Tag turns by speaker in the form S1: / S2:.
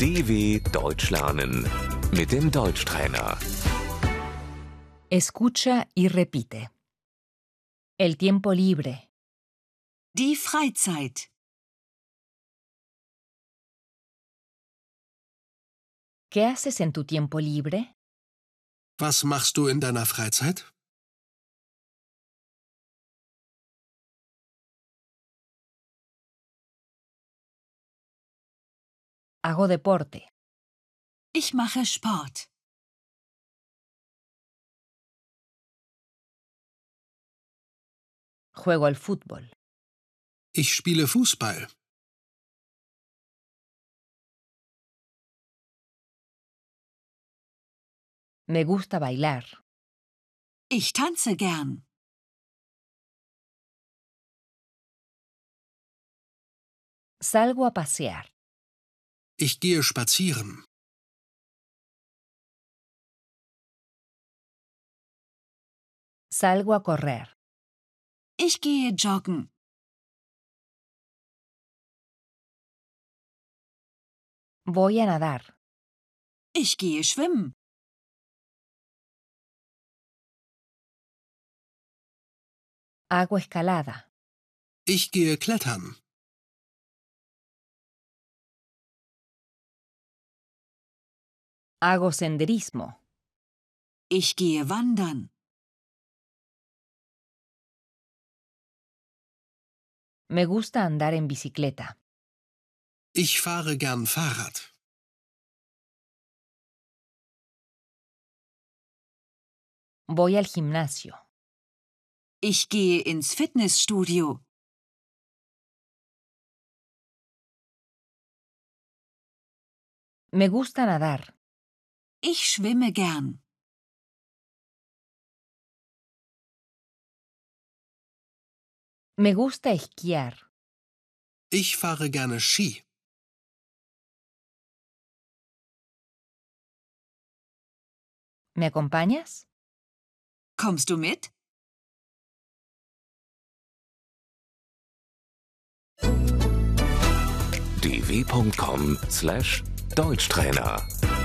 S1: DW Deutsch lernen mit dem Deutschtrainer.
S2: Escucha y repite. El tiempo libre.
S3: Die Freizeit.
S2: ¿Qué haces en tu tiempo libre?
S4: Was machst du in deiner Freizeit?
S2: Hago deporte.
S3: Ich mache Sport.
S2: Juego al fútbol.
S4: Ich spiele Fußball.
S2: Me gusta bailar.
S3: Ich tanze gern.
S2: Salgo a pasear.
S4: Ich gehe spazieren.
S2: Salgo a correr.
S3: Ich gehe joggen.
S2: Voy a nadar.
S3: Ich gehe schwimmen.
S2: Hago escalada.
S4: Ich gehe klettern.
S2: Hago senderismo.
S3: Ich gehe wandern.
S2: Me gusta andar en bicicleta.
S4: Ich fahre gern Fahrrad.
S2: Voy al gimnasio.
S3: Ich gehe ins Fitnessstudio.
S2: Me gusta nadar.
S3: Ich schwimme gern.
S2: Me gusta esquiar.
S4: Ich fahre gerne Ski.
S2: ¿Me acompañas?
S3: Kommst du mit?
S1: dw.com/deutschtrainer